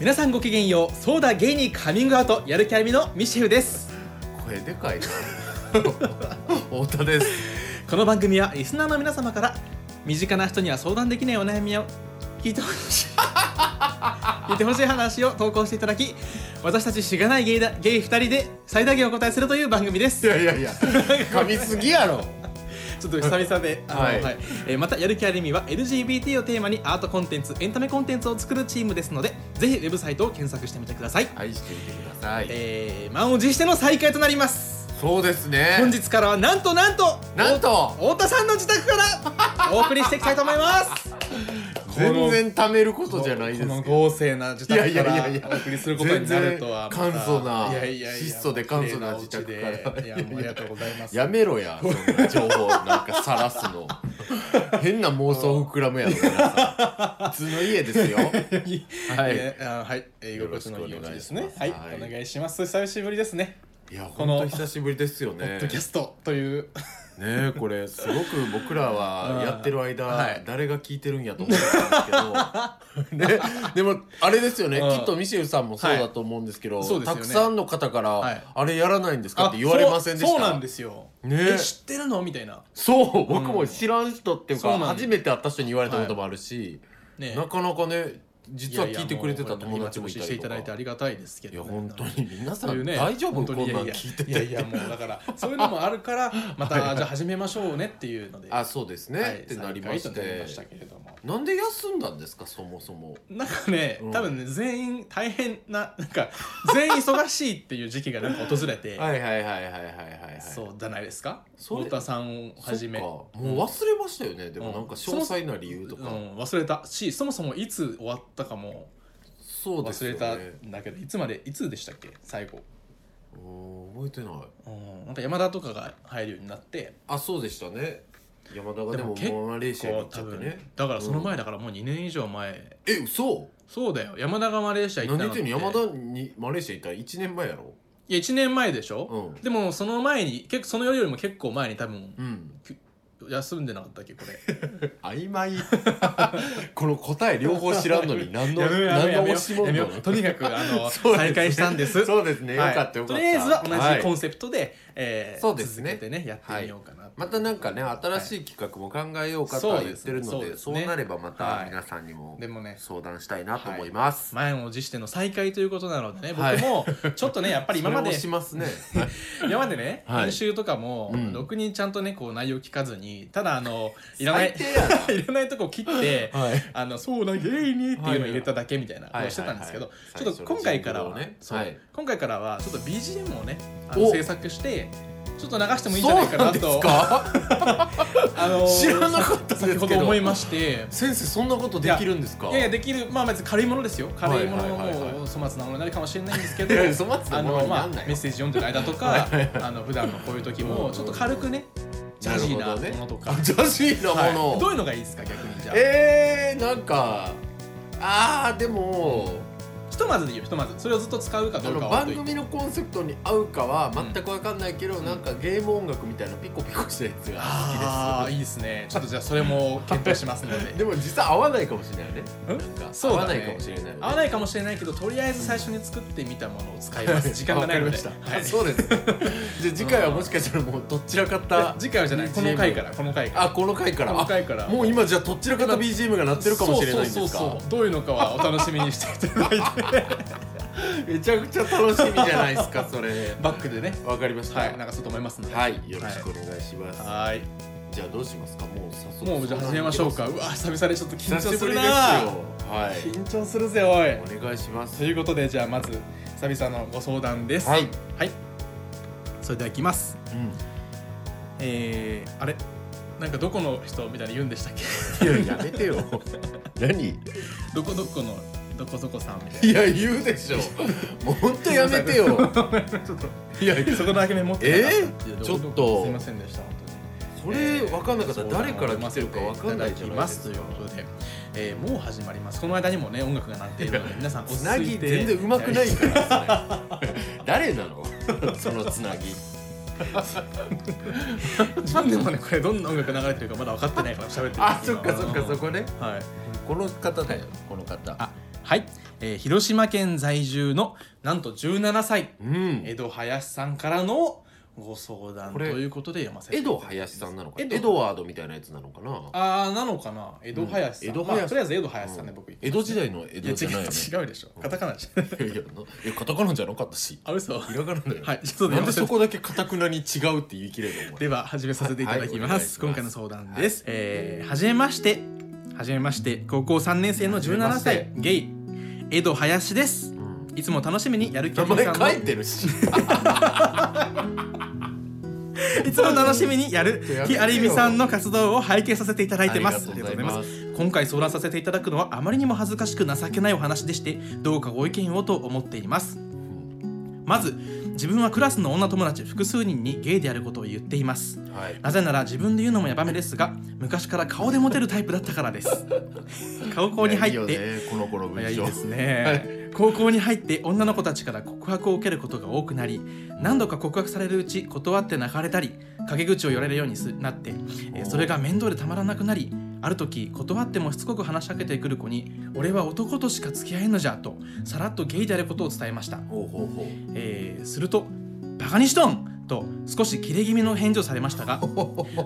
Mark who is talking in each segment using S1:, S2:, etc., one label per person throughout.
S1: 皆さんごきげんようそうだゲイにカミングアウトやる気ありみのミシェフです
S2: 声でかい な太田です
S1: この番組はリスナーの皆様から身近な人には相談できないお悩みを聞いてほしい聞いてほしい話を投稿していただき私たちしがないゲイだゲイ2人で最大限お答えするという番組で
S2: い
S1: す
S2: やいやいや噛みすぎやろ
S1: ちょっと久々で、あのは
S2: はい
S1: いえーまたやる気ありみは LGBT をテーマにアートコンテンツエンタメコンテンツを作るチームですのでぜひウェブサイトを検索してみてください、
S2: 愛してみてください、
S1: えー、満を持しての再開となります
S2: そうですね
S1: 本日からはなんとなんと
S2: なんと
S1: 太田さんの自宅からお送りしていきたいと思い ます
S2: 全然貯めることじゃないです
S1: この
S2: けど
S1: 豪勢な自宅
S2: い
S1: か
S2: やい
S1: ら
S2: やいやいや
S1: お送りすることになるとは
S2: 全然簡素ない
S1: やいやいや
S2: 質素で簡素な自宅から
S1: いやもうありがとうございます
S2: やめろやそんな情報なんかさらす の変な妄想膨らむやろ皆さん普通の家 ですよ
S1: は、
S2: はいい
S1: えーあはい、えー、居
S2: よろ
S1: 心地
S2: しく
S1: の
S2: お願い
S1: いいお家で
S2: します
S1: すね。はい、
S2: はい
S1: お願いします。久しぶりですね。
S2: いや
S1: こ
S2: 本
S1: の
S2: 当久しぶりですよ
S1: ポッ
S2: ね
S1: ドキャストという、
S2: ねえこれすごく僕らはやってる間、
S1: はい
S2: 誰が聞いてるんやと思ったんです けど、ね、でもあれですよね、
S1: うん
S2: きっとミシェルさんもそうだと思うんですけど、
S1: はいそうですよ
S2: た
S1: ね
S2: くさんの方から、
S1: はい
S2: あれやらないんですかって言われませんでした
S1: そうそうなんですすよ。
S2: ね
S1: え知ってるのみたいな。
S2: そう僕も知らん人っていう
S1: そ
S2: か、
S1: うなんです
S2: 初めて会った人に言われたこともあるし、
S1: ね、
S2: なかなかね実はい
S1: や
S2: 聞いてくれてた友達もい
S1: やう今お越し
S2: た
S1: してい
S2: りと
S1: た
S2: か
S1: だいてありがたいですけ
S2: い
S1: ど
S2: や
S1: ね、
S2: 本当に皆さ
S1: というんね
S2: 大丈夫
S1: 本当に
S2: こんなん
S1: いや
S2: 聞いて
S1: いやいや
S2: て
S1: もうだから そういうのもあるからまたじゃあ始めましょうねっていうので
S2: あそうですね、
S1: はい
S2: ってなりまし
S1: 再開となりま
S2: て
S1: したけれども
S2: なんで休んだんですかそもそも
S1: なんかね、
S2: うん
S1: 多分ね全員大変ななんか全員忙しいっていう時期がなんか訪れて、
S2: はいはいはいはいはいはいはい
S1: そうじゃないですか
S2: それ
S1: 太田さんをはじめ
S2: そっかもう忘れましたよね、で
S1: う
S2: も
S1: ん
S2: なんか詳細な理由とか、
S1: うん、忘れたしそもそもいつ終わったかも
S2: そうです
S1: 忘
S2: よ
S1: れ
S2: ね
S1: たんだけど、いつまでいつでしたっけ最後、
S2: うん覚えてない
S1: うん、なんか山田とかが入るようになって
S2: あそうでしたね山田がで
S1: でも
S2: も
S1: 結構
S2: マレーシアに行っちゃ
S1: 多
S2: って
S1: 分
S2: ね
S1: だからその前だからもう2年以上前、
S2: え嘘
S1: そうだよ山田がマレーシア行
S2: 何
S1: った
S2: 言
S1: の
S2: っ
S1: ってて
S2: んの山田にマレーシア行ったら1年前やろ
S1: いや1年前でしょ、
S2: うん
S1: でもその前に結構その夜よりも結構前に多分
S2: うん
S1: 休んでなかったっけこれ
S2: 曖昧この答え両方知らんの に何の
S1: やめようやめよ
S2: 何
S1: う
S2: の押し問
S1: やめ
S2: 答
S1: ようとにかくあの、
S2: そうですね
S1: 再開したんです
S2: そうですねよ
S1: は
S2: か
S1: い
S2: ったよかっ
S1: と
S2: た、
S1: りあえずは同
S2: は
S1: じ
S2: い
S1: コンセプトで、えー
S2: そうですね
S1: 続けてねやってみようかな、
S2: またなんかね新しい企画も考えようかとは言ってるの
S1: は
S2: で,、
S1: いそう
S2: そう
S1: ですねそうですね
S2: なればま
S1: は
S2: た
S1: い
S2: 皆さんにも
S1: でもね
S2: 相談したいなと思います。
S1: 満を持しての再開ということなのでね
S2: はい
S1: 僕もちょっ とねやっぱり今まで
S2: それもしますね。
S1: 今までね
S2: はい
S1: 編集とかも
S2: うん
S1: ろくにちゃんとねこう内容聞かずにただあの いらない
S2: 最低や
S1: い らないとこ切って
S2: な。はい。
S1: あのそうなゲイにっていうのを入れただけみたいなことをしてたんですけど、
S2: はいはい
S1: ちょ
S2: はい
S1: っと今回からは、
S2: 最初のジ
S1: そ
S2: ングルをね
S1: う
S2: はい
S1: 今回からはちょっと BGM をねあの
S2: お
S1: 制作してちょっと流してもいいんじゃ
S2: そ
S1: ないうか
S2: な
S1: なん
S2: です
S1: と
S2: か？
S1: あの
S2: 知らなかったですけ
S1: 先
S2: ど
S1: ほど思いまして
S2: 先生そんなことできるんですか？
S1: いやいやできるまあ別に軽いものですよ軽いものの
S2: はいはいはいはい
S1: もう粗末なものになるかもしれないんですけ
S2: いやい
S1: ど
S2: や そんなこと
S1: あ
S2: も
S1: の
S2: のに
S1: ま
S2: な
S1: あ
S2: ん
S1: メ
S2: ない
S1: ッ
S2: よ。
S1: セージ読んでる間とかあの普段のこういう時もちょっと軽くねジャジーな
S2: るほどね
S1: ものとか、
S2: あジャジーなも
S1: はい
S2: の。
S1: どういうのがいいですか逆にじゃあ、
S2: えーなんかあーでも。
S1: ひとまずでいいよひとまずそれをずっと使うか
S2: あ
S1: どう
S2: の
S1: かは置
S2: 番
S1: いといて
S2: 組のコンセプトに合うかは全く分かんないけど、なんかゲーム音楽みたいなピコピコしたやつが
S1: あ
S2: 好
S1: あ
S2: き
S1: いいですねちょっとじゃあそれも検討しますの
S2: で
S1: で す
S2: でも実際合わないかもしれないよね
S1: ん
S2: なんか
S1: そう
S2: 合わ
S1: だね
S2: ないかもしれないよね
S1: 合わないかもしれないけどとりあえず最初に作ってみたものを使います時間がないので
S2: わかりました、
S1: はい、
S2: そうですねじゃあ次回はもしかしたらもうどっちらかった
S1: 次回はじゃないこの回からこの回から
S2: あこの回から
S1: この回から
S2: あもう今じゃあどっちらかった BGM が鳴ってるかもしれないんです
S1: そうそう
S2: か
S1: そうそうどういうのかはお楽しみにしていただい て
S2: めちゃくちゃ楽しみじゃないですかそれ
S1: バックでね
S2: わかりました
S1: はい
S2: は、
S1: 流そうと思いますのではい
S2: よろしくお願いします、
S1: ーい
S2: じゃあどうしますかもう早速
S1: もうじゃあ始めましょうかうわ久々でちょっと緊張
S2: 久
S1: す
S2: しぶり
S1: る
S2: で
S1: な
S2: すよはい
S1: 緊張するぜおい
S2: お願いします
S1: ということでじゃあまず久々のご相談です
S2: はい、
S1: はい、それではいきます
S2: う
S1: えー、あれなんかどこの人みたいに言うんでしたっけ
S2: ん、いややめてよ何い
S1: どこどこのどこどこさんみたい
S2: や言うでしょもうほんとやめてよ
S1: ちょっと
S2: いや
S1: なそこだけメモってなかたていう
S2: えーちょっと
S1: どこどこすいませんでした本当に
S2: それ分かんなかったら誰から来てるか分かんないじゃないで
S1: ますす
S2: か
S1: ということで、えー、もう始まりますこの間にもね音楽が鳴っているので皆さん落
S2: つ
S1: ち
S2: な
S1: 着
S2: ぎ
S1: いて
S2: 全然うまくないからそれ 誰な のそのつなぎ
S1: 自分でもねこれど んな音楽流れてるかまだ分かってないから喋ってる
S2: あそっかそっかそ
S1: っ
S2: こね
S1: かはい
S2: この方だよこの方
S1: あはい、えー広島県在住のなんと17歳
S2: うん
S1: 江戸林さんからのご相談
S2: ことれ
S1: いうことで読ませて
S2: 江
S1: いただ
S2: 戸
S1: きます
S2: 林さんなのか
S1: 江
S2: エ
S1: 戸
S2: ドワードみたいなやつなのかな
S1: ああなのかな江戸林さん、
S2: うん江戸林
S1: まあとりあえず江戸林さんね、
S2: うん
S1: 僕
S2: 江戸時
S1: 代
S2: 代の江
S1: いや
S2: 戸じゃないよね
S1: 違う違うでしょカタカナじゃん
S2: いやいやないやカタカナじゃなかったし
S1: あ嘘
S2: ひらがなだよ
S1: はいちょっとね
S2: なんでそこだけかたくなに違うって言い切れるのお前
S1: では始めさせていただきます,、
S2: はいお願いします
S1: 今回の相談です、えー、はじめましてはじめまして高校3年生の17
S2: はじめ
S1: 歳ゲイ江戸林です
S2: うん
S1: いつも楽しみにやる気
S2: 名
S1: おじ
S2: 前
S1: さんの
S2: 書いてるし
S1: いつも楽しみにやる
S2: ちょっとやめて
S1: き
S2: よ
S1: ありみさんの活動を拝見させていただいてます
S2: ありがとうございます
S1: ありがとうございます今回相談させていただくのはあまりにも恥ずかしく情けないお話でしてどうかご意見をと思っていますまず自分はクラスの女友達複数人にゲイであることを言っています
S2: はい
S1: なぜなら自分で言うのもヤバめですが昔から顔でモテるタイプだったからです 高校に入っ
S2: いやい
S1: て
S2: いよねこの頃文
S1: いやいい
S2: 章
S1: ですね高校に入って女の子たちから告白を受けることが多くなり何度か告白されるうち断って泣かれたり陰口を言われるようになってえーそれが面倒でたまらなくなりある時断ってもしつこく話しかけてくる子に「俺は男としか付き合えんのじゃ」とさらっとゲイであることを伝えました、
S2: ほうほうほ
S1: えーすると「バカにしとん!」と少しキレ気味の返事をされましたが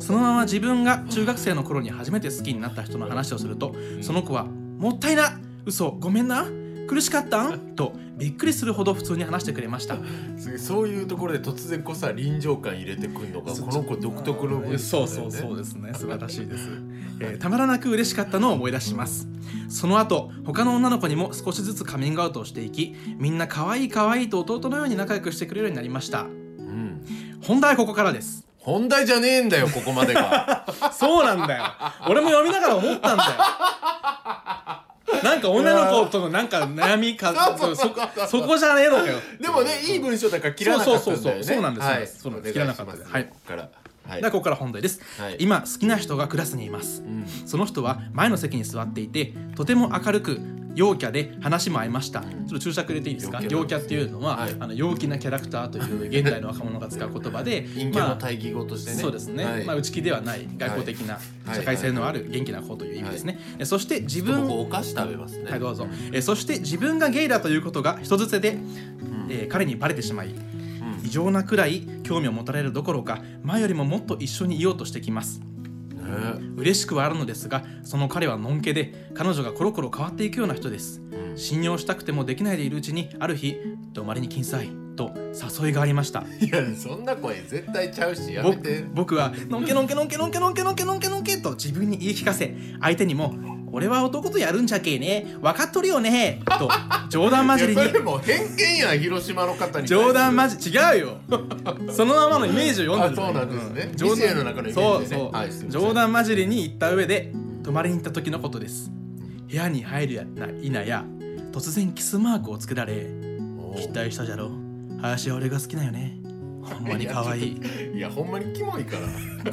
S1: そのまま自分が中学生の頃に初めて好きになった人の話をするとその子は「もったいな嘘ごめんな苦しかったん?」とびっくりするほど普通に話してくれました
S2: うすそういうところで突然こうさ臨場感入れてくるのがこの子独特の文
S1: そ
S2: 章
S1: うそ
S2: だよね
S1: うそうです ね素晴らしいです、えーたまらなく嬉しかったのを思い出しますその後他の女の子にも少しずつカミングアウトをしていきみんな可愛い可愛いと弟のように仲良くしてくれるようになりました
S2: うん
S1: 本題はここからです
S2: 本題じゃねえんだよここまでが
S1: そうなんだよ。俺も読みながら思ったんだよ。なんか女の子とのなんか悩みか、そそこそこじゃねえのかよ。
S2: でもねいい文章だから切らなかったんだよね
S1: そうそうそうそうなんです
S2: はい
S1: そうなんです
S2: お願い
S1: 切らなかった
S2: します
S1: はい
S2: ここからは
S1: だ
S2: い
S1: からここから本題です、
S2: はい
S1: 今好きな人がクラスにいます
S2: う。ん
S1: その人は前の席に座っていて、とても明るく陽キャで話も合いました。ちょっと注釈入れていいですか？陽
S2: 陽
S1: キ
S2: キ
S1: ャ
S2: ャ
S1: っていうのは、
S2: はい
S1: あの陽気なキャラクターという現代の若者が使う言葉で、
S2: 陰キャの対義語としてね、
S1: そうですね、
S2: はい
S1: まあ、内気ではない外交的な
S2: はい
S1: 社会性のある元気な方という意味ですね、えそして自
S2: ちょっと
S1: 分
S2: 僕お菓子食べますね
S1: はいどうぞ、えそして自分がゲイだということが人づてで、えー彼にバレてしまい異常なくらい興味を持たれるどころか前よりももっと一緒にいようとしてきます
S2: ね
S1: 嬉しくはあるのですがその彼はのんけで彼女がコロコロ変わっていくような人です
S2: うん
S1: 信用したくてもできないでいるうちにある日「泊まりに金さい」と誘いがありました
S2: いやそんな声絶対ちゃうしやめて
S1: 僕僕は「のんけのんけのんけのんけのんけのんけのんけのんけ」と自分に言い聞かせ相手にも「俺は男とやるんじゃけえね分かっとるよね」と冗談交じり
S2: いやそれ
S1: に
S2: もう偏見や広島の方に対して
S1: 冗談交じり違うよそのままのイメージを読んでる
S2: あそうなんですね
S1: 冗
S2: 異性
S1: 談
S2: の中のイメージ
S1: そ
S2: ね
S1: うそう、
S2: はいすいません
S1: 冗談交じりに言った上で泊まりに行った時のことです部屋に入るや否や突然キスマークをつけられ
S2: おう
S1: 期待したじゃろ林は俺が好きなんよねほんまに可愛い
S2: いやほんまにキモいか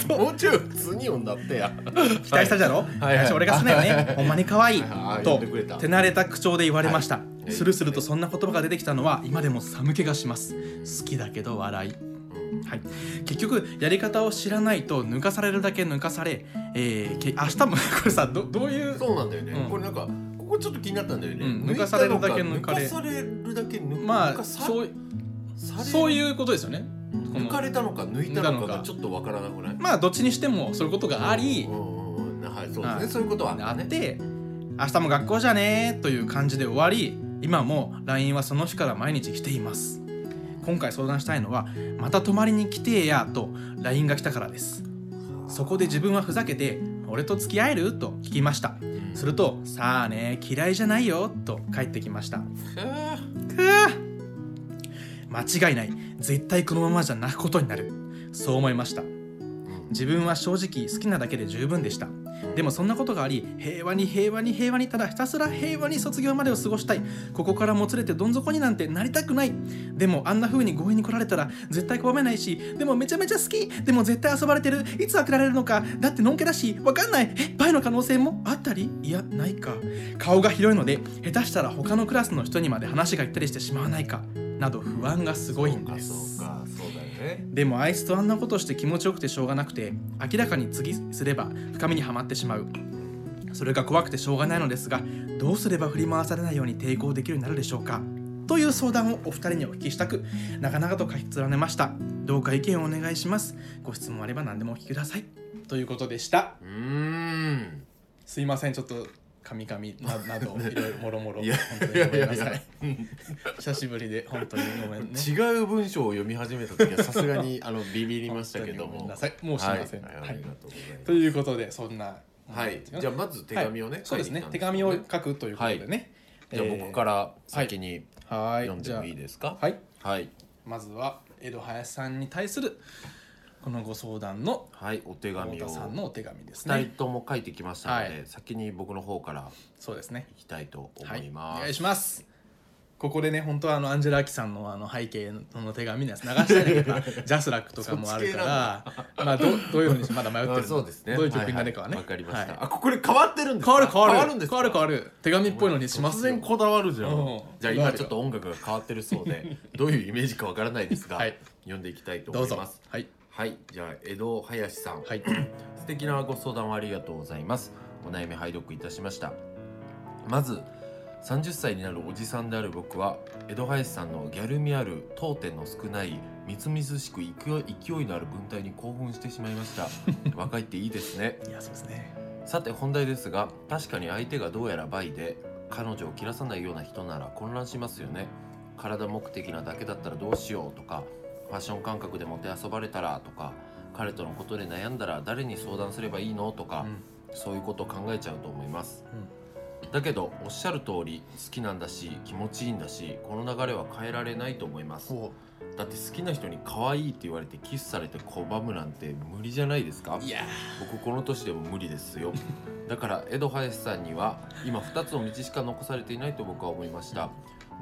S2: らもうちょい普通に女ってや
S1: 期待したじゃろ、
S2: はいはい
S1: 私俺が好きだよねほんまに可愛い
S2: はいはい
S1: と
S2: 呼んでくれた
S1: 手慣れた口調で言われました、
S2: い
S1: するするとそんな言葉が出てきたのは今でも寒気がします好きだけど笑いはい、結局やり方を知らないと抜かされるだけ抜かされ、えー、け明日も これさどどういう
S2: そうなんだよね、
S1: うん
S2: これなんかここちょっと気になったんだよね、
S1: うん抜かされるだけ抜かれ
S2: 抜かされるだけ抜
S1: ま
S2: 抜
S1: あ
S2: かさ
S1: そう
S2: され
S1: そういうことですよねこの
S2: 抜かれたのか抜いたのか
S1: 抜いたの
S2: が
S1: か
S2: ちょっとわからなくない
S1: まあどっちにしてもそういうことがあり、
S2: うんうんうんはいそうです
S1: はい
S2: ねそういうことは
S1: あっ
S2: ね
S1: て「明日も学校じゃね」という感じで終わり今も LINE はその日から毎日来ています今回相談したいのは「また泊まりに来てや」と LINE が来たからですそこで自分はふざけて「俺と付き合える?」と聞きました
S2: うん
S1: すると「さあね嫌いじゃないよ」と返ってきました
S2: へー
S1: くー間違いない絶対このままじゃ泣くことになるそう思いました自分は正直好きなだけで十分でしたでもそんなことがあり平和に平和に平和にただひたすら平和に卒業までを過ごしたいここからもつれてどん底になんてなりたくないでもあんな風に強引に来られたら絶対拒めないしでもめちゃめちゃ好きでも絶対遊ばれてるいつ飽きられるのかだってのんけだしわかんないえ倍の可能性もあったりいやないか顔が広いので下手したら他のクラスの人にまで話が行ったりしてしまわないかなど不安がすごいんです
S2: そうかそうかそうだよね
S1: でもあいつとあんなことして気持ちよくてしょうがなくて明らかに次すれば深みにはまってしまうそれが怖くてしょうがないのですがどうすれば振り回されないように抵抗できるようになるでしょうかという相談をお二人にお聞きしたく長々と書き連ねましたどうか意見をお願いしますご質問あれば何でもお聞きくださいということでした
S2: うーん
S1: すいませんちょっとカミカミなな どいろいろもろもろ
S2: いや
S1: 本当
S2: い
S1: に
S2: や
S1: ご
S2: い
S1: めん
S2: や
S1: ないさ
S2: や
S1: い久しぶりで本当にごめんね
S2: 違う文章を読み始めた時はさすがにあのビビりましたけど
S1: 本当にごめ
S2: も
S1: んなさいもうしません、
S2: はい、
S1: は
S2: あ
S1: い
S2: りがとうございます
S1: ということでそんな
S2: はい、じゃあまず手紙をね、
S1: はいそうですね
S2: 書い
S1: 手
S2: てきたん
S1: 紙
S2: けど
S1: を
S2: ね
S1: 書くということでね、
S2: じゃあ僕から先に
S1: らはい
S2: 読んでもいいですか
S1: じゃあはい
S2: はい
S1: まずは江戸林さんに対するこのご相談の
S2: はいお手
S1: 太
S2: 紙
S1: 田
S2: を
S1: さんのお手紙です
S2: 二人
S1: ね
S2: とも書いてきましたので、
S1: はい
S2: 先に僕の方から
S1: そうですね
S2: いきたいと思
S1: はい
S2: い
S1: お
S2: ます、
S1: 願いしますここでね本当はあのアンジェラ・アキさんのあの背景の手紙のやつ流したいんだけ どまあジャスラックとかもあるからまあどどういうふうにしまだ迷ってる
S2: あ
S1: の
S2: そうですね
S1: どういう曲になるかはね
S2: はいはいわ、かりました、
S1: はい
S2: あこれ変わってるんです
S1: 変わる変わる
S2: 変わるんですか
S1: 変わる変わる手紙っぽいのにします
S2: 突
S1: よ
S2: 然こだわるじゃん、
S1: うん
S2: じゃあ今ちょっと音楽が変わってるそうでどういうイメージかわからないです が、
S1: はい
S2: 読んでいきたいと
S1: ど
S2: 思
S1: う
S2: い
S1: ぞ
S2: ます
S1: はい
S2: はいじゃあ江戸林さん、
S1: はい
S2: 素敵なご相談をありがとうございますお悩み拝読いたしましたまず30歳になるおじさんである僕は江戸林さんのギャルみある当店の少ないみずみずしく勢い勢いのある文体に興奮してしまいました若いっていいですね
S1: いやそうですね
S2: さて本題ですが確かに相手がどうやらバイで彼女を切らさないような人なら混乱しますよね体目的なだけだったらどうしようとかファッション感覚でもて遊ばれたらとか彼とのことで悩んだら誰に相談すればいいのと
S1: う
S2: か、
S1: ん
S2: そういうことを考えちゃうと思いますだけどおっしゃる通り好きなんだし気持ちいいんだしこの流れは変えられないと思います
S1: ほ
S2: だって好きな人に可愛いって言われてキスされて拒むなんて無理じゃないですか
S1: ういや
S2: 僕この年でも無理ですよだから江戸林さんには今2つの道しか残されていないと僕は思いました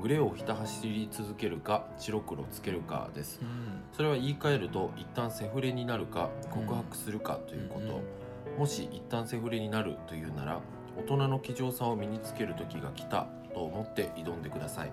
S2: グレーをひた走り続けるか白黒つけるかです
S1: ーうん
S2: それは言い換えると一旦セフレになるか告白するかということ、
S1: うん
S2: もし一旦セフレになるというなら大人の気丈さを身につける時が来たと思って挑んでください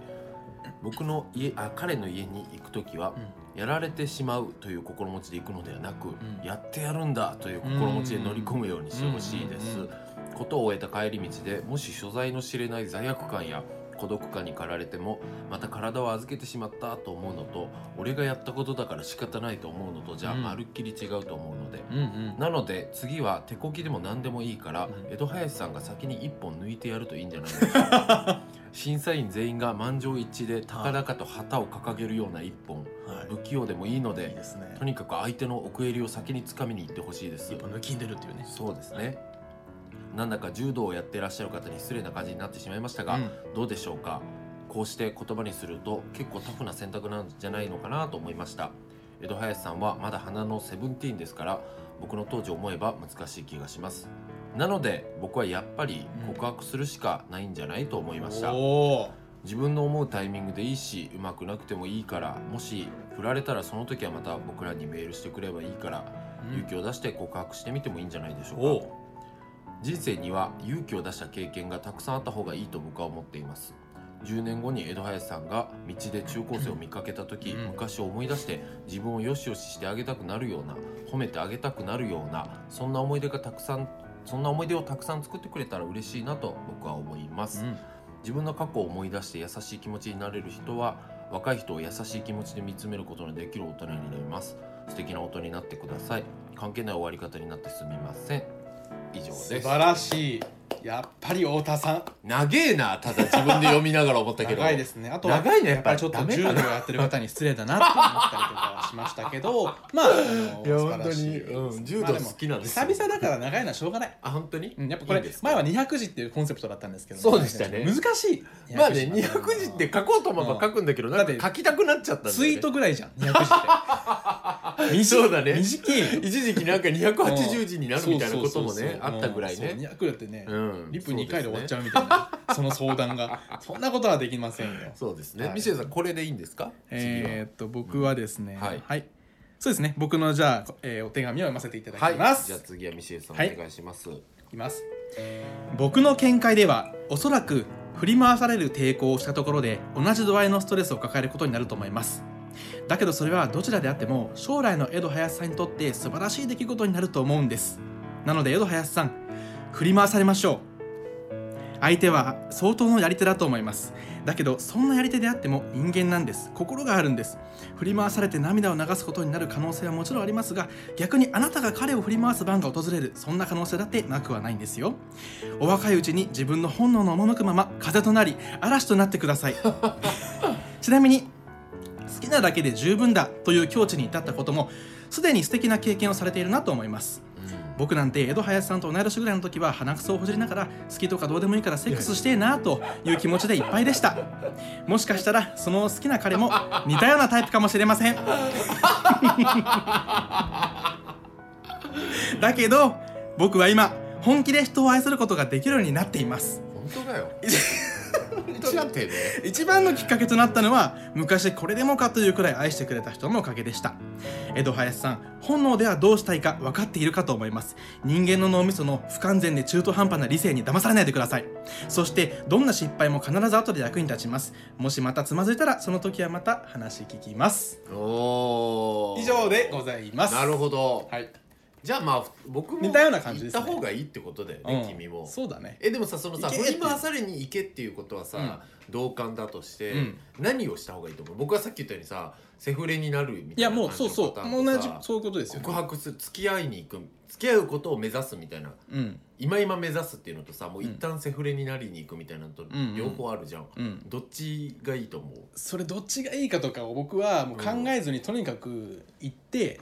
S2: 僕の家あ彼の家に行く時は、
S1: うん
S2: やられてしまうという心持ちで行くのではなく、
S1: ん
S2: やってやるんだという心持ちで乗り込むようにしてほしいです、
S1: うんうん
S2: ことを終えた帰り道でもし所在の知れない罪悪感や孤独感に駆られてもまた体を預けてしまったと思うのと俺がやったことだから仕方ないと思うのとじゃ
S1: うん
S2: まるっきり違うと思うので、
S1: うんうん
S2: なので次は手こきでも何でもいいから、
S1: うん
S2: 江戸林さんが先に一本抜いてやるといいんじゃないで すか審査員全員が満場一致で高々と旗を掲げるような一本
S1: はい
S2: 不器用でもいいの
S1: いい
S2: で
S1: ですね
S2: とにかく相手の奥襟を先につかみに行ってほしいです
S1: 一本抜きんでるっていうね
S2: そうですねなんだか柔道をやっていらっしゃる方に失礼な感じになってしまいましたが、
S1: うん
S2: どうでしょうかこうして言葉にすると結構タフな選択なんじゃないのかなと思いました江戸林さんはまだ花のセブンティーンですから僕の当時思えば難しい気がしますなので僕はやっぱり告白するしかないんじゃないと思いました、
S1: おー
S2: 自分の思うタイミングでいいしうまくなくてもいいからもし振られたらその時はまた僕らにメールしてくればいいから、勇気を出して告白してみてもいいんじゃないでしょうか
S1: おう
S2: 人生には勇気を出した経験がたくさんあった方がいいと僕は思っています10年後に江戸林さんが道で中高生を見かけた時、
S1: うん
S2: 昔を思い出して自分をよしよししてあげたくなるような褒めてあげたくなるようなそんな思い出がたくさんそんな思い出をたくさん作ってくれたら嬉しいなと僕は思います、自分の過去を思い出して優しい気持ちになれる人は若い人を優しい気持ちで見つめることのできる大人になります素敵な大人になってください関係ない終わり方になってすみません以上です
S1: 素晴らしいやっぱり太田さん
S2: 長えなただ自分で読みながら思ったけど
S1: 長いですねあとは
S2: 長いねや
S1: や
S2: っ
S1: っ
S2: ぱ
S1: ぱ
S2: り
S1: りちょっと
S2: ダメ
S1: 柔道
S2: か
S1: を
S2: な
S1: やってる方に失礼だなって思ったりとかはしましたけどまああの
S2: いや
S1: 素晴らしい
S2: 本当にうん柔道
S1: まあでも
S2: 好きなんですよ
S1: 久々だから長いのはしょうがない
S2: あ本当に、
S1: うんやっぱこれ
S2: いいんですか
S1: 前は200字っていうコンセプトだったんですけど
S2: そうでしたね
S1: 難しい
S2: まあね200字って書こうと思えば書くんだけどなんか
S1: だって
S2: 書きたくなっちゃったんだよ、ね、
S1: ツイートぐらいじゃん200字って短い
S2: そうだね
S1: 短いよ
S2: 一時期なんか280字になるみたいなことも
S1: そうそうそう
S2: ね
S1: そう
S2: あったぐらい
S1: うん
S2: ね
S1: そう200だってね
S2: うん
S1: リップ2回で終わっち
S2: ゃ
S1: ゃうみたいなその相談がそんなことはできま せんよ
S2: そうですね
S1: はい
S2: ミシェルさんこれでいいんですか
S1: えーっと僕はですね、
S2: んは
S1: はいい、そうですね僕のじゃあ、えーお手紙を読ませていただ
S2: 次
S1: き
S2: ははい
S1: ま
S2: じ
S1: す、
S2: ゃあ次はミシェルさん
S1: はい
S2: お願いします、
S1: いきます僕の見解ではおそらく振り回される抵抗をしたところで同じ度合いのストレスを抱えることになると思いますだけどそれはどちらであっても将来の江戸林さんにとって素晴らしい出来事になると思うんですなので江戸林さん振り回されましょう相手は相当のやり手だと思いますだけどそんなやり手であっても人間なんです心があるんです振り回されて涙を流すことになる可能性はもちろんありますが逆にあなたが彼を振り回す番が訪れるそんな可能性だってなくはないんですよお若いうちに自分の本能の赴くまま風となり嵐となってください ちなみに好きなだけで十分だという境地に至ったこともすでに素敵な経験をされているなと思います僕なんて江戸林さんと同い年ぐらいの時は鼻くそをほじりながら好きとかどうでもいいからセックスしてえなという気持ちでいっぱいでしたもしかしたらその好きな彼も似たようなタイプかもしれません だけど僕は今本気で人を愛することができるようになっています
S2: 本当だよ違ってね
S1: 一番のきっかけとなったのは昔これでもかというくらい愛してくれた人のおかげでした江戸林さん本能ではどうしたいか分かっているかと思います人間の脳みその不完全で中途半端な理性に騙されないでくださいそしてどんな失敗も必ず後で役に立ちますもしまたつまずいたらその時はまた話聞きます
S2: おー
S1: 以上でございます
S2: なるほど
S1: はい
S2: じゃあまあ僕も
S1: 似たような感じですね
S2: 行った方がいいってことだよね、
S1: うん
S2: 君も
S1: そうだね
S2: えでもさそのさ
S1: 行け
S2: 振り回されに行けっていうことはさ、同感だとして、
S1: うん
S2: 何をした方がいいと思う僕はさっき言ったようにさセフレになるみ
S1: い
S2: たい
S1: や
S2: な
S1: もう
S2: 感じ
S1: そ
S2: の
S1: うそ
S2: パ
S1: う
S2: ターン
S1: 同
S2: と
S1: じ
S2: さ
S1: そういうことですよ
S2: 告白する付き合いに行く付き合うことを目指すみたいな
S1: うん
S2: 今今目指すっていうのとさもう
S1: うん
S2: 一旦セフレになりに行くみたいなのと
S1: んうん
S2: 両方あるじゃん、
S1: うん
S2: どっちがいいと思う
S1: それどっちがいいかとかを僕はもう考えずにとにかく行って、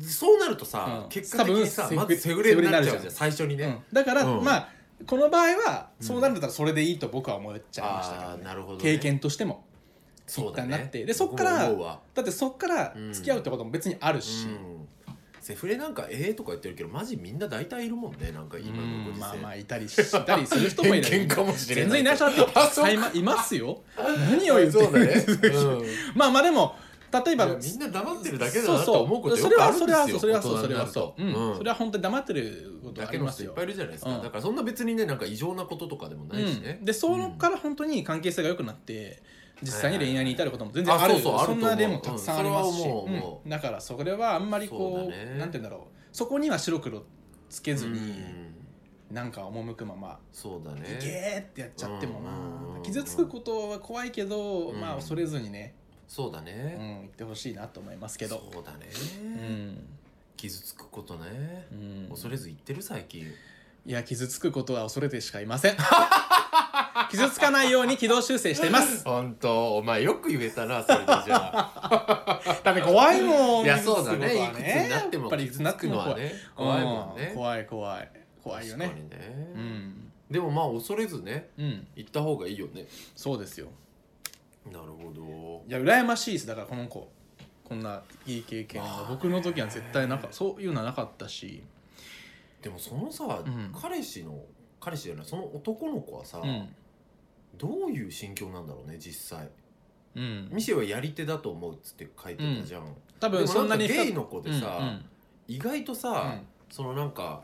S2: そうなるとさ、
S1: うん
S2: 結果的にさ
S1: 多分
S2: まずセフレになっちゃうじ
S1: セフレにな
S2: ゃん
S1: るじゃん
S2: 最初にね、
S1: うんだから、
S2: うん
S1: まあこの場合はそうなるんだったらそれでいいと僕は思っちゃいましたけど
S2: あ
S1: ね
S2: ーなるほどね、
S1: 経験としても
S2: そうだ
S1: 一旦
S2: ね
S1: なってでそっから
S2: 僕も思うわ
S1: だってそっから付き合うってことも別にあるし、
S2: うんセフレなんかええとか言ってるけどマジみんな大体いるもんねなんか今のご時世、
S1: まあまあいたりしたりする人もいる
S2: 偏見かもしれな
S1: 全然
S2: い
S1: いらっしゃって
S2: あそうか
S1: いまいますよ何を言って
S2: そうだね、うん
S1: まあまあでも例え
S2: い
S1: ば
S2: やみんな黙ってるだけだなと思うことよ
S1: それ
S2: くあ
S1: は
S2: る
S1: そ
S2: ん
S1: れ
S2: です
S1: は
S2: よ
S1: それはそうそれは
S2: 大人
S1: そう、
S2: になると
S1: うんそれは本当に黙ってること
S2: だ
S1: あ
S2: け
S1: り
S2: の
S1: ま
S2: 人
S1: す
S2: いっ
S1: よ
S2: ぱいいるじゃないですか、
S1: うん
S2: だからそんな別にねなんか異常なこととかでもないしね、
S1: うん、でそのからら本当に関係性が良くなって、実際に
S2: はいはい
S1: 恋愛に至ることも全然ある、
S2: あそうそうあ
S1: そ
S2: ると思うん
S1: な例もたくさんありますし、
S2: うんそれは思う
S1: うん
S2: 思
S1: だからそれはあんまりこう
S2: そうだね
S1: なんて言うんだろうそこには白黒つけずに、
S2: うん
S1: なんか赴くまま
S2: そうだ
S1: 「い
S2: ね
S1: け!」ってやっちゃってもな、
S2: うんうんうん
S1: 傷つくことは怖いけど、
S2: うん
S1: まあ恐れずにね、
S2: そうだ
S1: う
S2: ね、
S1: ん、言ってほしいなと思いますけど
S2: そうだね、
S1: うん、
S2: 傷つくことね
S1: う、ん、
S2: 恐れず言ってる最近
S1: いや傷つくことは恐れてしかいません 傷つかないように軌道修正しています
S2: 本当お前よく言えたなそれでじゃ あ
S1: だって怖いもん
S2: いやそう
S1: 傷つ
S2: だ
S1: く
S2: ね
S1: こ
S2: いく
S1: と
S2: つ
S1: は
S2: になっても
S1: やっぱりいくつになっても
S2: の
S1: 怖い
S2: はね怖いもん
S1: う
S2: ね
S1: 怖い怖い怖いよ
S2: 確
S1: ね
S2: かにね
S1: うん
S2: でもまあ恐れずね
S1: うん
S2: 行った方がいいよね
S1: そうですよ
S2: なるほ
S1: いや羨ましいですだからこの子こんないい経験
S2: まあ
S1: が
S2: ね
S1: 僕の時は絶対なかそういうのはなかったし
S2: どでもそのさ、
S1: うん
S2: 彼氏の彼氏じゃないその男の子はさ、
S1: うん
S2: どういう心境なんだろうね実際
S1: うん
S2: ミシェはやり手だと思うっつって書いてたじゃん、
S1: 多
S2: で
S1: 分
S2: も
S1: そんな
S2: な
S1: んに
S2: かゲイ
S1: 深く
S2: の子でさ、意外と
S1: う
S2: さ、
S1: ん
S2: そのなんか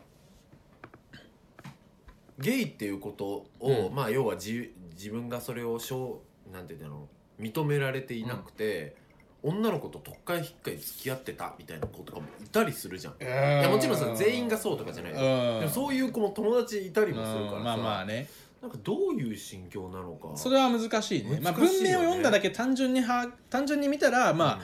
S2: ゲイっていうことを、
S1: うん
S2: まあ要は自自分がそれをしょうなんて言うんだろう認められていなくて、女の子と特会引っかい付き合ってたみたいな子とかもいたりするじゃん。
S1: うん
S2: いやもちろんさ全員がそうとかじゃない、
S1: うん
S2: でもそういう子も友達いたりもするから
S1: う
S2: さ、
S1: んまあまあね
S2: なんかどういう心境なのか
S1: それは難しいねまあ
S2: 難し
S1: 文
S2: い
S1: 明を
S2: よね
S1: 読んだだけ単純には単純に見たらまあ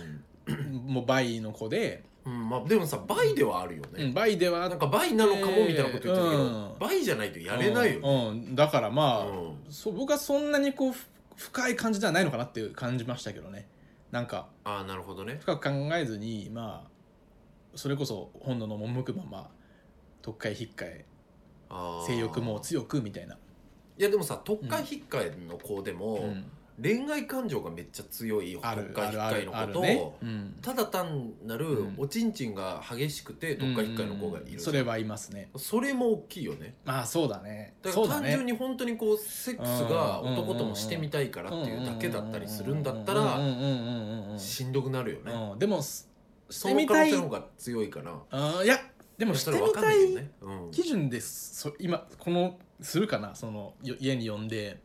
S2: あ、
S1: もうバイの子で
S2: うんうんまあ、でもさ倍ではあるよね、
S1: うんバイでは
S2: なんか倍なのかもみたいなこと言ってたけど、
S1: えーうん
S2: 倍じゃないとやれないよね、
S1: うんうんだからまあ、
S2: うん
S1: そう僕はそんなにこうふ深い感じではないのかなっていう感じましたけどねなんか
S2: ああなるほどね
S1: 深く考えずにまあそれこそ本能の赴くまま特会引っかえ
S2: あー
S1: 性欲も強くみたいない
S2: やでもさ特会引っかえの子でも、
S1: うん
S2: 恋愛感情がめっちゃ強い
S1: ある
S2: 特会
S1: あ
S2: 引っ
S1: るあ
S2: かえ
S1: る
S2: の
S1: あ
S2: 子
S1: る
S2: と、
S1: ねうん
S2: ただ単なる
S1: うん
S2: おちんちんが激しくて特会引っかえの子が
S1: う
S2: いる
S1: ん
S2: じゃん
S1: それはいますね
S2: それも大きいよね
S1: まあそうだね
S2: だか
S1: そ
S2: ら
S1: うだ
S2: 単
S1: ね
S2: 純に本当にこうセックスが男ともしてみたいからっていうだけだったりするんだった
S1: うん
S2: ら
S1: うんうんうんうんうん
S2: しんどくなるよね、
S1: うんでもすし
S2: そ
S1: て
S2: の
S1: み
S2: 可能
S1: たい
S2: 性の方が強いから
S1: うんいやでもし
S2: そ
S1: て
S2: れ
S1: み
S2: 分かん
S1: た
S2: ない
S1: い
S2: よね、うん、
S1: 基準ですそ今このするかなそのよ家に呼んで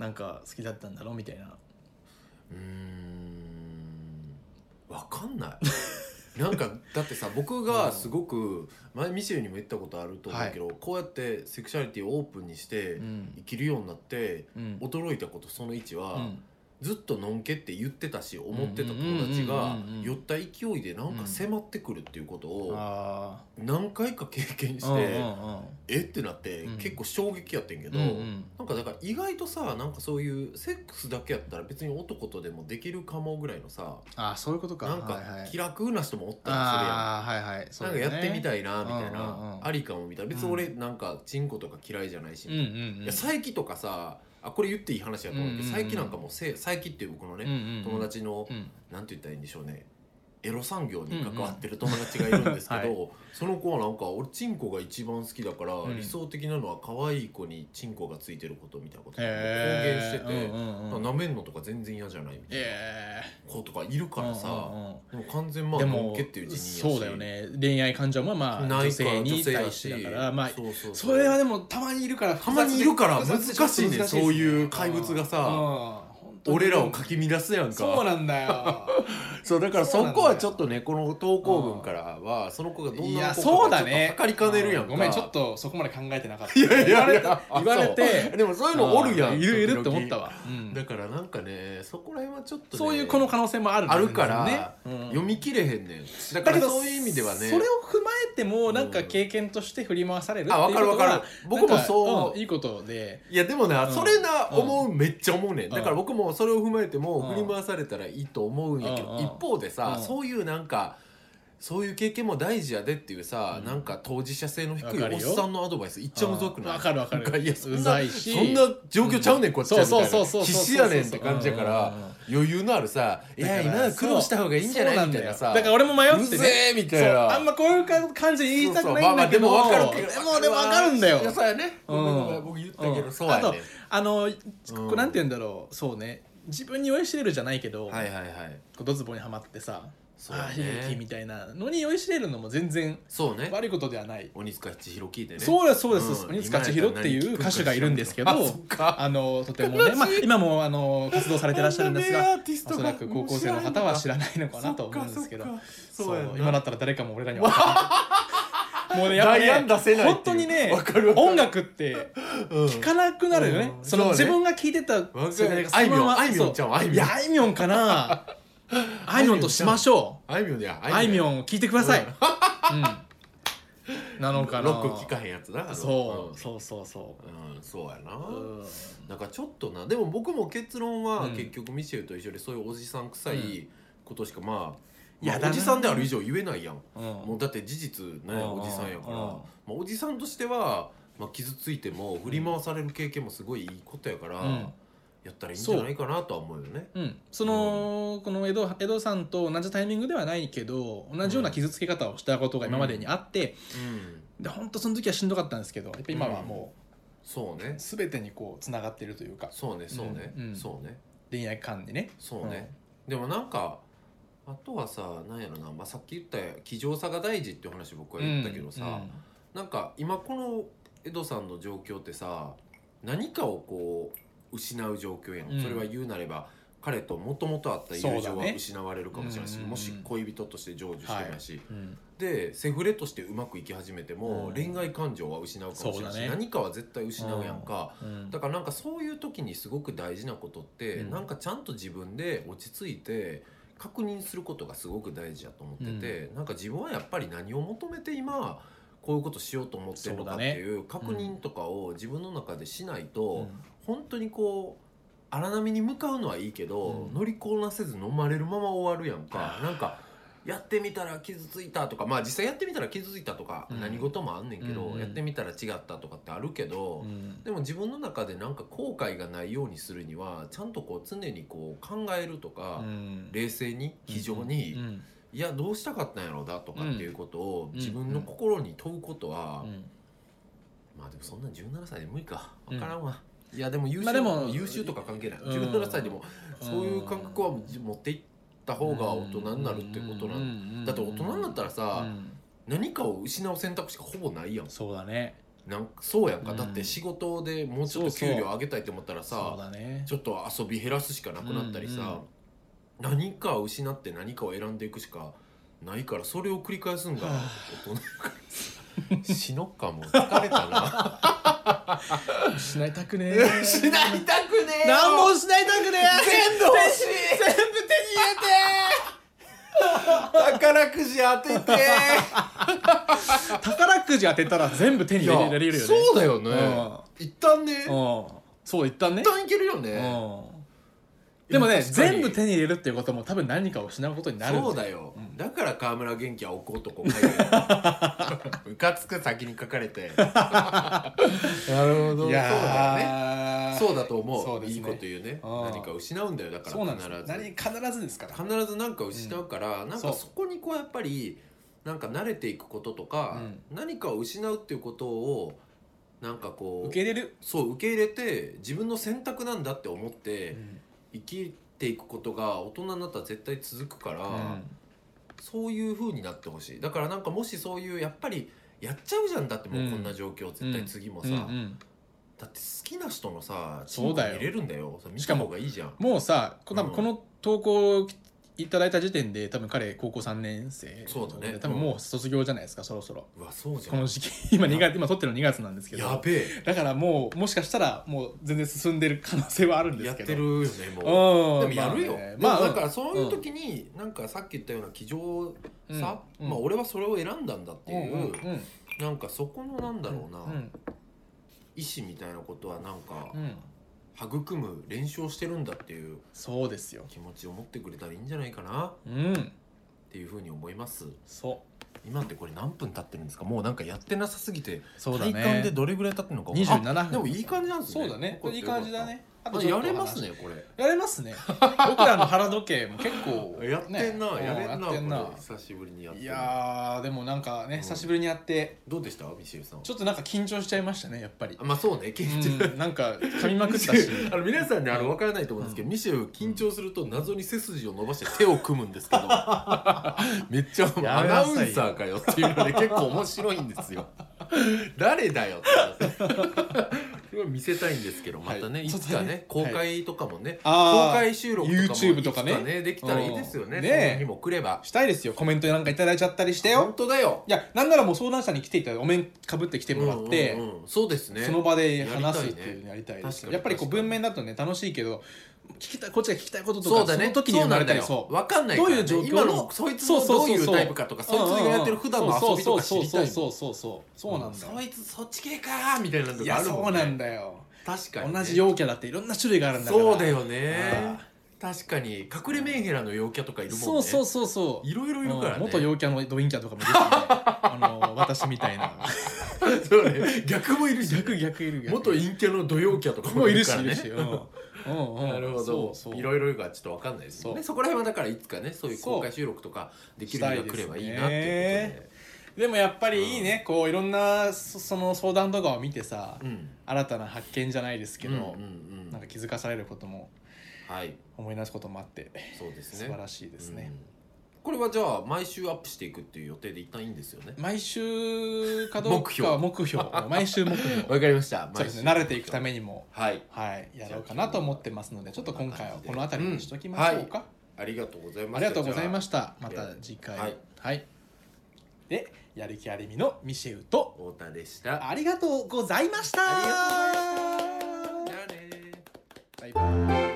S1: なんか好きだったんだろうみたいな
S2: うーんわかんないなんかだってさ僕がすごく前ミシェルにも言ったことあると思うけど、こうやってセクシャリティをオープンにして生きるようになって
S1: うん
S2: 驚いたことその1は、
S1: うん
S2: ずっとのんけって言ってたし思ってた友達が
S1: うんうんうんうんうん
S2: 酔った勢いでなんか迫ってくるっていうことを
S1: あ
S2: 何回か経験
S1: ー
S2: して、えってなって
S1: うん
S2: 結構衝撃やってんけ
S1: うんう
S2: ど、
S1: んうんうん
S2: なんかだから意外とさなんかそういうセックスだけやったら別に男とでもできるかもぐらいのさ
S1: あーそういうことか
S2: なんか
S1: はいはい
S2: 気楽な人もおったりするやん。
S1: ああはいはいそ
S2: なん
S1: う
S2: か
S1: だ
S2: や
S1: ね
S2: ってみたいなみたい
S1: うんうんう
S2: なんありかもみたいな別に俺なんかチンコとか嫌いじゃないし
S1: うんう
S2: い
S1: んうん
S2: や佐伯とかさあこれ言っていい話やと思うけ
S1: うん
S2: ど
S1: うんうん
S2: 佐伯なんかもうせ佐伯っていう僕のね友達の
S1: うんうん
S2: なんて言ったらいいんでしょうねエロ産業に関わってる友達がいるんですけど、
S1: うんうん
S2: その子はなんか俺チンコが一番好きだから、
S1: うん
S2: 理想的なのは可愛い子にチンコがついてることみたいなことを公言して
S1: へ
S2: て、
S1: えうんうんうん
S2: な舐めんのとか全然嫌じゃないみたいな
S1: え
S2: 子とかいる
S1: え
S2: からさ、
S1: うんうんうん
S2: でも完全まあ
S1: で
S2: の
S1: も
S2: んけっていう字に
S1: そうだよね恋愛感情もまあ女性に対してだからまあ
S2: そうそう
S1: それはでもたまにいるから
S2: たまにいるから
S1: 複雑で
S2: 難しいね
S1: ちょっとです
S2: そういう怪物がさ
S1: うん本当に
S2: 俺らをかき乱すやんか
S1: そうなんだよ
S2: そうだから
S1: そう
S2: そ
S1: なんだよ
S2: こはちょっとねこの投稿文からはその子が どん
S1: い
S2: な
S1: や
S2: 子かを
S1: そう
S2: ちょっ
S1: だ
S2: と
S1: ね
S2: 測りかねるやんか
S1: ごめんちょっとそこまで考えてなかった
S2: いやいやい
S1: 言わ
S2: や
S1: れて
S2: あ
S1: 言わ
S2: そう
S1: れて
S2: でもそういうのおるや
S1: うんいるいるって
S2: 時々
S1: 思ったわうん
S2: だからなんかねそこら辺はちょっとね
S1: そういうこの可能性もあるんだ
S2: あ
S1: よね
S2: るから
S1: 全然ねうん
S2: 読み切れへんねんだからそういう意味ではね
S1: それを踏まえてもなんか経験として振り回されるってい
S2: あ
S1: う
S2: わ
S1: こ
S2: かる
S1: と
S2: わ
S1: が
S2: かる僕も
S1: なん
S2: そ
S1: か
S2: うん
S1: いいことで
S2: いやでもな、
S1: うん
S2: それな
S1: うん
S2: 思う、めっちゃ思うねんだから
S1: うん
S2: 僕もそれを踏まえても
S1: うん
S2: 振り回されたらいいと思うんやけど、
S1: うんうん
S2: 一方でさ、
S1: うん
S2: そういうなんかそういう経験も大事やでっていうさ、
S1: うん
S2: なんか当事者性の低
S1: わ
S2: い
S1: か
S2: お
S1: る
S2: っ
S1: よ
S2: さんのアドバイスいっちゃむずくない
S1: わかるわか
S2: なん
S1: る
S2: いやそん
S1: う
S2: な
S1: ざいし
S2: そんな状況ちゃうねん、こっちは
S1: そう
S2: みたい
S1: そう
S2: な
S1: そうそう
S2: 必死やねんって感じやか
S1: うんうんうん
S2: ら余裕のあるさ「いや今は苦労した方がいいんじゃない?」みたいなさ
S1: だから俺も迷っ
S2: う
S1: て
S2: ぜ
S1: ね
S2: え!」みた
S1: そ
S2: いうな
S1: あんまこういうか感じで言いたくないんだけど
S2: そうそうまあまあでもわかるけど
S1: でもでもわかるんだよ
S2: いやそうやね、
S1: うん
S2: ごめんごめん僕言ったけど、
S1: うん
S2: そうやね
S1: あとあの
S2: うん
S1: こうなんて言うんだろうそうね自分に酔いしれるじゃないけど
S2: はいはいはい
S1: こうドツボにはまってさ
S2: そう
S1: ああ
S2: ね
S1: 悲劇みたいなのに酔いしれるのも全然
S2: そうね
S1: 悪いことではない
S2: 鬼塚七広聞いてね
S1: そうですそうです、
S2: うん
S1: 鬼塚千尋っていう歌手がいるんですけど
S2: あそっか
S1: あのとてもね、まあ、今もあの活動されてらっしゃるんです
S2: あんなね
S1: が
S2: アーティス
S1: お
S2: ト
S1: そ
S2: が
S1: らく高校生の方は知らないのかなと思うんですけど
S2: そっかそっ
S1: そ
S2: かそうや
S1: うん
S2: な
S1: 今だったら誰かも俺らには分 からないもうねやっぱ
S2: ダイアン出せ
S1: ね
S2: ないってい
S1: 本
S2: う
S1: 当にね
S2: わかるわかる
S1: 音楽って
S2: うん
S1: 聞かなくなるよね、
S2: うん
S1: その
S2: そうね
S1: 自分が聞いてた
S2: かる
S1: 世代が
S2: あ
S1: そ
S2: いみ
S1: の
S2: ょん
S1: まま
S2: あいみょんちゃん
S1: そう
S2: あいみょん
S1: いやあいみょんか なあいみょんとしましょ
S2: あいみょんや
S1: うあいみょ
S2: ん
S1: んを聞いてください、うん、なのかな
S2: ロック聞かへんやつなあの
S1: そう、
S2: ん
S1: そうそうそ
S2: うんそうやな
S1: う、うん
S2: なんかちょっとなでも僕も結論は
S1: うん
S2: 結局ミシェルと一緒でそういうおじさん臭いことしかまあ
S1: いや
S2: まあ
S1: だ
S2: お
S1: な
S2: じさんである以上言えないやん
S1: うん
S2: もうだって事実ね
S1: うん
S2: おじさんやから
S1: うん
S2: まあおじさんとしてはまあ傷ついても振り回される経験もすごいいいことやから
S1: うん
S2: やったらいいんじゃないかなとは思うよね
S1: うん、その、この江戸江戸さんと同じタイミングではないけど同じような傷つけ方をしたことが今までにあって、
S2: うん
S1: で本当その時はしんどかったんですけどやっぱ今はも
S2: そうね
S1: う全てにこうつながってるというか
S2: そうねそうね
S1: うんうん
S2: そうね
S1: 恋愛観にね。
S2: そうねでもなんかあとはさなんやろなまあさっき言った気丈さが大事っていう話僕は言ったけど
S1: うんう
S2: さ
S1: ん
S2: なんか今この江戸さんの状況ってさ何かをこう失う状況やん、
S1: うん
S2: それは言うなれば彼ともともとあった友
S1: そ
S2: 情
S1: うだ
S2: は
S1: ね
S2: 失われるかもしれないし、
S1: うんうんうん
S2: もし恋人として成就してないし、
S1: うん
S2: でセフレとしてうまくいき始めても
S1: うん
S2: 恋愛感情は失うかもしれないし、
S1: そうだね
S2: 何かは絶対失うやんか。
S1: うん
S2: だからなんかそういう時にすごく大事なことって、
S1: うん
S2: なんかちゃんと自分で落ち着いて確認することがすごく大事だと思ってて、なんか自分はやっぱり何を求めて今こういうことしようと思ってるのかっていう確認とかを自分の中でしないと、本当にこう荒波に向かうのはいいけど、
S1: うん
S2: 乗りこなせず飲まれるまま終わるやんか
S1: あー
S2: なんかやってみたら傷ついたとかまあ実際やってみたら傷ついたとか
S1: うん
S2: 何事もあんねんけど、
S1: うんうん
S2: やってみたら違ったとかってあるけど。
S1: うん
S2: でも自分の中でなんか後悔がないようにするにはちゃんとこう常にこう考えるとか、
S1: うん
S2: 冷静に非常に、
S1: うん
S2: いやどうしたかったんやろうだとかっていうことを
S1: うん
S2: 自分の心に問うことは、
S1: うん
S2: まあでもそんなん17歳で無理か分からんわ、いやでも優秀,、
S1: まあでも
S2: 優秀とか関係ない、
S1: うん
S2: 17歳でもそういう感覚は持っていった方が大人になるってことなん、
S1: うんうん
S2: だって大人になったらさ、
S1: うん
S2: 何かを失う選択肢がほぼないやん
S1: そうだね
S2: なんかそうやんか、
S1: うん
S2: だって仕事でもうちょっと給料上げたいと思ったらさ
S1: そうだね
S2: ちょっと遊び減らすしかなくなったりさ、何かを失って何かを選んでいくしかないからそれを繰り返すんが
S1: はあ
S2: 大人やから死のっかもう疲れたな
S1: しないたくねえ
S2: しないたくねえ よ
S1: 何もしないたくねえ
S2: 全部欲しい
S1: 全部手に入れて
S2: 宝くじ当てて
S1: 宝くじ当てたら全部手に入れられるよね
S2: そうだよね一旦ね一
S1: うんそう一旦ね
S2: 旦いけるよ
S1: う
S2: ね
S1: んでも
S2: い
S1: ね
S2: や確かに
S1: 全部手に入れるっていうことも多分何かを失うことになる
S2: そうだ
S1: よ
S2: よ、だから河村元気は怒男書いてるムカつく先に書かれて
S1: い
S2: なるほそうだよね
S1: やー
S2: そうだと思う
S1: そうですね
S2: いいこと言うね
S1: うん
S2: 何か失うんだよだか
S1: そうな
S2: ら
S1: んで
S2: 必
S1: す
S2: ず
S1: 何必ずですから
S2: 必ず何か失うから、なん
S1: そう
S2: かそこにこうやっぱりなんか慣れていくこととか、何かを失うっていうことをなんかこう
S1: 受け入れる
S2: そう受け入れて自分の選択なんだって思って生きていくことが大人になったら絶対続くから、
S1: うん
S2: そういう風になってほしいだからなんかもしそういうやっぱりやっちゃうじゃんだってもうこんな状況、絶対次もさ、
S1: うんうん
S2: だって好きな人のさ
S1: そうだよ
S2: チンコ見れるんだよそれ見
S1: しか
S2: た
S1: も
S2: 方がいいじゃん
S1: もうさこ多分
S2: うん
S1: この投稿をいただいた時点で多分彼高校3年生
S2: そうだね
S1: 多分もう卒業じゃないですかそろそろ
S2: うわそうじゃ
S1: こ
S2: ん
S1: の時期今2月 今撮ってるの2月なんですけど
S2: やべえ
S1: だからもうもしかしたらもう全然進んでる可能性はあるんで
S2: やっ
S1: すけ
S2: て
S1: ど
S2: るよね
S1: うん
S2: もうでもやるよ、
S1: ま
S2: ま
S1: あね
S2: あ、だからそういう時に、なんかさっき言ったような気丈
S1: うん
S2: さ、
S1: うん
S2: まあ俺はそれを選んだんだって
S1: うん
S2: いう、
S1: うんうん
S2: なんかそこのなんだろうな、
S1: ん
S2: 意志みたいなことはなんか
S1: うん
S2: 育む練習をしてるんだっていう
S1: そうですよ
S2: 気持ちを持ってくれたらいいんじゃないかなっ
S1: うん
S2: ていうふうに思います
S1: そ
S2: 今ってこれ何分経ってるんですかもうなんかやってなさすぎて、
S1: うそうだ
S2: 体感で
S1: ね
S2: どれぐらい経ってるのかあ
S1: 27分
S2: でもいい感じなんです
S1: そ
S2: ね
S1: うだね
S2: よかった
S1: いい感じだねあ
S2: よかった
S1: ちょ
S2: や
S1: っと
S2: れますねこれ
S1: やれますね僕らの腹時計も結構、ね、
S2: やってんな、
S1: うん
S2: やれんな
S1: やってんな
S2: これ久しぶりにやって
S1: い
S2: る
S1: やーでもなんかね、
S2: うん
S1: 久しぶりにやって
S2: どうでしたミシェルさんは
S1: ちょっとなんか緊張しちゃいましたねやっぱり
S2: あ、まあそうね緊張、
S1: うんなんか噛みま くったし
S2: あの皆さんねあの分からないと思うんですけど、ミシェル緊張すると謎に背筋を伸ばして手を組むんですけど めっちゃ
S1: め
S2: アナ
S1: な
S2: ウ
S1: さいよ
S2: ンサーかよっていうので結構面白いんですよ誰だよってなってそれは見せたいんですけどまたね、、
S1: はいい
S2: つかね
S1: ちょっと
S2: 公
S1: ね
S2: 開とかもね、
S1: あー
S2: 公開収録とかも
S1: YouTube とかね
S2: いつできたらいいですよね、
S1: うん
S2: そ
S1: ね
S2: ん、ねにも来れば
S1: したいですよコメントなんかいただいちゃったりして
S2: 本
S1: よ
S2: 当だよ
S1: いやなんならもう相談者に来ていただいてお面かぶってきてもらって、
S2: うんうんうんそうですね
S1: その場で話すっていうのやりたい
S2: ね
S1: ですよ
S2: 確かに
S1: やっぱりこう
S2: 確かに
S1: 文面だとね楽しいけど聞きたいこっちが聞きたいこととか
S2: そうだね。
S1: の時に生まれたり
S2: そうなんだよ
S1: そう
S2: わかんないから
S1: ど
S2: ね。
S1: ういう状況
S2: 今
S1: の
S2: のそいつ
S1: そう
S2: の
S1: そうそ
S2: ど
S1: う
S2: ういうタイプかとか、そいつがやってる普段の遊びとか知りたいもん。
S1: そうそうそうそうそうそうなんだよ、
S2: そいつそっち系かーみたいなの
S1: い
S2: が
S1: や
S2: ある
S1: そ
S2: も
S1: うん
S2: ね。
S1: なんだよ、
S2: 確かにね。
S1: 同じ陽キャだっていろんな種類があるんだから
S2: そうだよね
S1: あ。
S2: 確かに隠れメンヘラの陽キャとかいるもんね。
S1: そうそうそうそう
S2: いろいろいるから
S1: う
S2: ね。
S1: ん元陽キャのドインキャとかもいるし、ね、あの私みたいな
S2: そうね逆もいるし。
S1: 逆逆いる逆
S2: 元陰キャの土陽キャとか
S1: も
S2: も
S1: う
S2: い
S1: いる
S2: る
S1: し
S2: から
S1: いるし、
S2: ね。
S1: うんうんうん、
S2: なるほど。
S1: そうそう
S2: いろいろがちょっとわかんないですもんね。
S1: そ
S2: そこら辺はだからいつかね、そういう公開収録とかできる日が来ればいいなっていうことで。
S1: でもやっぱりいいね、こういろんなそその相談とかを見てさ、
S2: うん。
S1: 新たな発見じゃないですけど、
S2: うんうんうん
S1: なんか気づかされることも
S2: はい
S1: 思い出すこともあって
S2: そうですね
S1: 素晴らしいですね、
S2: うんこれはじゃあ毎週アップしていくっていう予定で一旦いいんですよね
S1: 毎週かどうかは目 標毎週目標
S2: わかりました
S1: そうですね慣れていくためにも
S2: はい
S1: はいやろうかなと思ってますのでちょっと今回はこの辺りにしときましょうか、
S2: ありがとうございます
S1: ありがとうございま
S2: し
S1: したま
S2: じゃあ
S1: た次回
S2: はい
S1: はい、でやる気ありみのミシェウと
S2: 太田でした
S1: ありがとうございました
S2: ありがとうございましたじゃあね
S1: バイバイ